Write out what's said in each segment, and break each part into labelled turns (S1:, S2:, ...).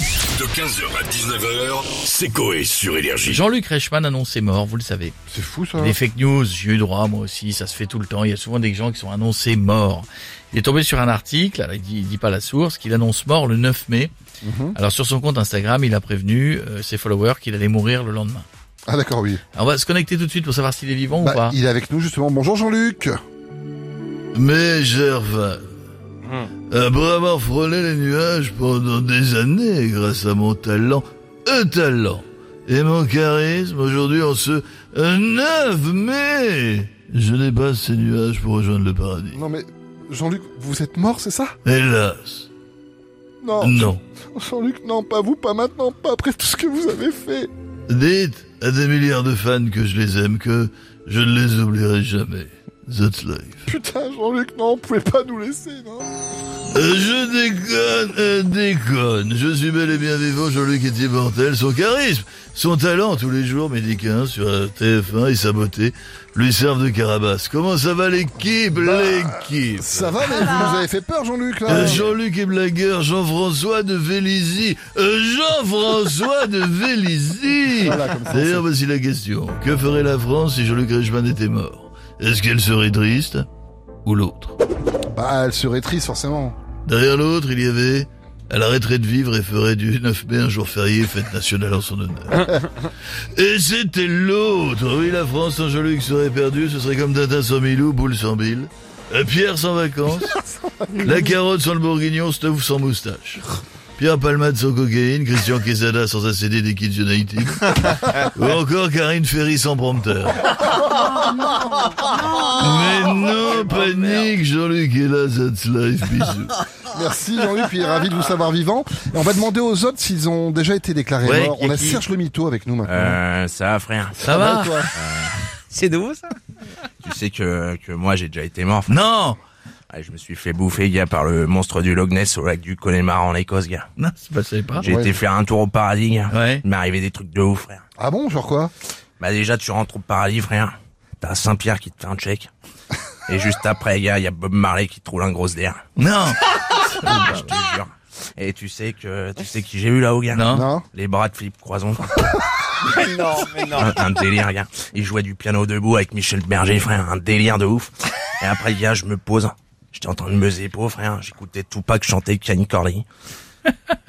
S1: De 15h à 19h, c'est Coé sur Énergie.
S2: Jean-Luc Reichmann annoncé mort, vous le savez.
S3: C'est fou ça.
S2: Les fake news, j'ai eu droit moi aussi, ça se fait tout le temps. Il y a souvent des gens qui sont annoncés morts. Il est tombé sur un article, alors il dit, il dit pas la source, qu'il annonce mort le 9 mai.
S3: Mhm.
S2: Alors sur son compte Instagram, il a prévenu euh, ses followers qu'il allait mourir le lendemain.
S3: Ah d'accord, oui.
S2: Alors, on va se connecter tout de suite pour savoir s'il est vivant
S3: Bah,
S2: ou pas.
S3: il est avec nous justement. Bonjour Jean-Luc.
S2: Mais Gerval,
S4: Hmm.
S2: après avoir frôlé les nuages pendant des années grâce à mon talent, un talent et mon charisme, aujourd'hui en ce 9 mai, je dépasse ces nuages pour rejoindre le paradis.
S3: Non mais Jean-Luc, vous êtes mort, c'est ça
S2: Hélas,
S4: Oh.
S3: Non.
S2: non.
S3: Jean-Luc, non, pas vous, pas maintenant, pas après tout ce que vous avez fait.
S2: Dites à des milliards de fans que je les aime, que je ne les oublierai jamais. That's life.
S3: Putain, Jean-Luc, non, vous pouvez pas nous laisser, non
S2: Euh, Je déconne, euh, déconne. Je suis bel et bien vivant, Jean-Luc Etier Portel. Son charisme, son talent, tous les jours, médicain sur euh, TF1 et sa beauté, lui servent de carabasse. Comment ça va l'équipe, l'équipe
S3: Bah, Ça va, mais vous nous avez fait peur, Jean-Luc, là.
S2: Euh, Jean-Luc est blagueur, Jean-François de Vélizy. Euh, Jean-François de Vélizy
S3: Voilà, comme ça,
S2: D'ailleurs, voici la question. Que ferait la France si Jean-Luc Reichmann était mort Est-ce qu'elle serait triste ou l'autre
S3: Bah, elle serait triste, forcément.
S2: Derrière l'autre, il y avait Elle arrêterait de vivre et ferait du 9 mai un jour férié, fête nationale en son honneur. et c'était l'autre Oui, la France sans Jean-Luc serait perdue, ce serait comme Tintin sans Milou, Boule sans Bill, euh, Pierre sans vacances, la carotte sans le bourguignon, Stove sans moustache. Pierre Palmade sans cocaïne, Christian Quesada sans ACD des Kids United, ou encore Karine Ferry sans prompteur. Oh, Mais non, panique, Jean-Luc est là, that's life, bisous.
S3: Merci Jean-Luc, puis ravi de vous savoir vivant. Et on va demander aux autres s'ils ont déjà été déclarés
S2: Ouais,
S3: morts.
S2: qui-
S3: On a
S2: qui-
S3: Serge Le Mito avec nous maintenant.
S4: Euh, ça, frère.
S2: Ça va
S3: toi
S4: Ah, C'est nouveau, ça Tu sais que, que moi, j'ai déjà été mort. frère.
S2: Non
S4: Ouais, je me suis fait bouffer, gars, par le monstre du Loch Ness au lac du Connemara en Écosse, gars.
S2: Non, ça passait pas.
S4: J'ai
S3: Ouais.
S4: été faire un tour au paradis, gars.
S2: Ouais.
S4: Il m'est arrivé des trucs de ouf, frère.
S3: Ah bon, genre quoi
S4: Bah, déjà, tu rentres au paradis, frère. T'as Saint-Pierre qui te fait un check. Et juste après, gars, il y a Bob Marley qui te roule un gros DR.
S2: Non
S4: Je te jure. Et tu sais que, tu sais qui j'ai eu là-haut, gars?
S2: Non.
S3: Non
S4: Les bras de Philippe Croison. non, mais non. Un, un délire, gars. Il jouait du piano debout avec Michel Berger, frère. Un délire de ouf. Et après, gars, je me pose. J'étais en train de me zépo, frère. J'écoutais Tupac chanter Kanye Corley.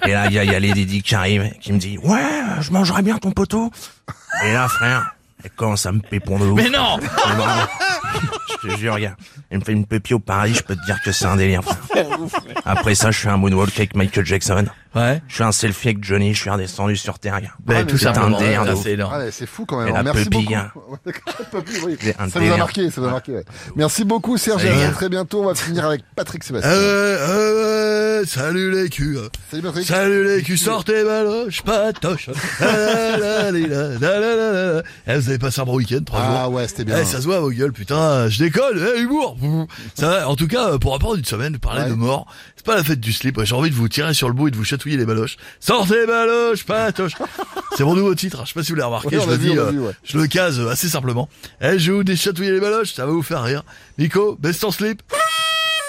S4: Et là, il y a, il y a Lady Di qui arrive, qui me dit, ouais, euh, je mangerai bien ton poteau. Et là, frère, elle commence à me pépondre de ouf.
S2: Mais non
S4: Vraiment. Je te jure, gars. Elle me fait une pépille au Paris, je peux te dire que c'est un délire, frère. Après ça, je fais un moonwalk avec Michael Jackson.
S2: Ouais.
S4: Je suis un selfie avec Johnny, je suis redescendu sur Terre. gars.
S2: Ben, tout
S4: Ah, c'est un
S2: simplement,
S4: délire de
S2: ça,
S4: ouf.
S2: c'est énorme.
S3: Ah ouais, c'est fou quand même.
S4: Et la
S3: Merci
S4: pupille,
S3: beaucoup.
S4: hein.
S3: Ouais, d'accord, la pupille, oui.
S4: C'est un
S3: Ça nous a
S4: délire.
S3: marqué, ça nous a
S2: Ah.
S3: marqué. ouais. Merci beaucoup Serge.
S2: Rien.
S3: À très bientôt. On va finir avec Patrick Sébastien.
S2: Euh, euh, Eh, salut les culs
S3: Salut Patrick.
S2: Salut les culs, sortez baloche, patoche Ah, la, la, la, la, la, la, la, la. Eh, Vous avez passé un bon week-end, trois jours
S3: Ah ouais, c'était bien.
S2: Eh, ça se voit à vos gueules, putain, je décolle, eh, humour Ça va, en tout cas, euh, pour rapport d'une semaine, parler
S3: Ouais.
S2: de mort, c'est pas la fête du slip, j'ai envie de vous tirer sur le bout et de vous chatouiller les baloches. Sortez baloches, patoche C'est mon nouveau titre, je sais pas si vous l'avez remarqué,
S3: Ouais, on
S2: je
S3: l'a
S2: le
S3: vu,
S2: dis,
S3: on l'a
S2: euh,
S3: vu, ouais.
S2: je le case euh, assez simplement. Eh, je vais vous déchatouiller les baloches, ça va vous faire rire. Nico, baisse ton slip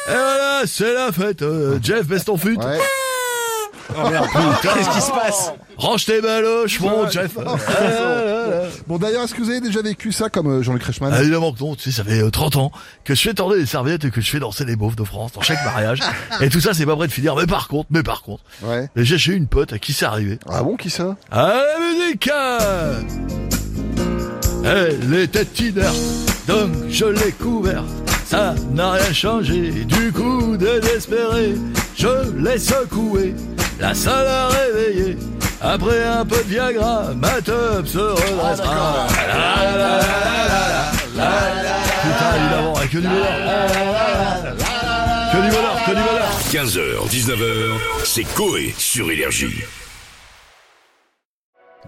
S2: et voilà, c'est la fête. euh, Jeff, baisse ton fut.
S3: Ouais.
S2: Qu'est-ce qui se passe Range tes baloches, mon Jeff. Ah, là, là.
S3: Bon d'ailleurs, est-ce que vous avez déjà vécu ça comme euh, Jean-Luc Reichmann
S2: Ah, évidemment que non, tu sais, ça fait euh, 30 ans que je fais tourner les serviettes et que je fais danser les beaufs de France dans chaque mariage. et tout ça, c'est pas vrai de finir. Mais par contre, mais par contre,
S3: Ouais.
S2: j'ai chez une pote à qui c'est arrivé.
S3: Ah bon, qui ça
S2: À la musique euh. Elle était inerte, donc je l'ai couverte. Ça n'a rien changé, du coup désespéré, je l'ai secouée. La salle a réveillé, après un peu de Viagra, ma teub se redressera. La, la, la, la, la, la, la. Putain, évidemment, hein, que du bonheur. Que du bonheur, que du bonheur.
S1: 15h, 19h, c'est Coé sur Énergie.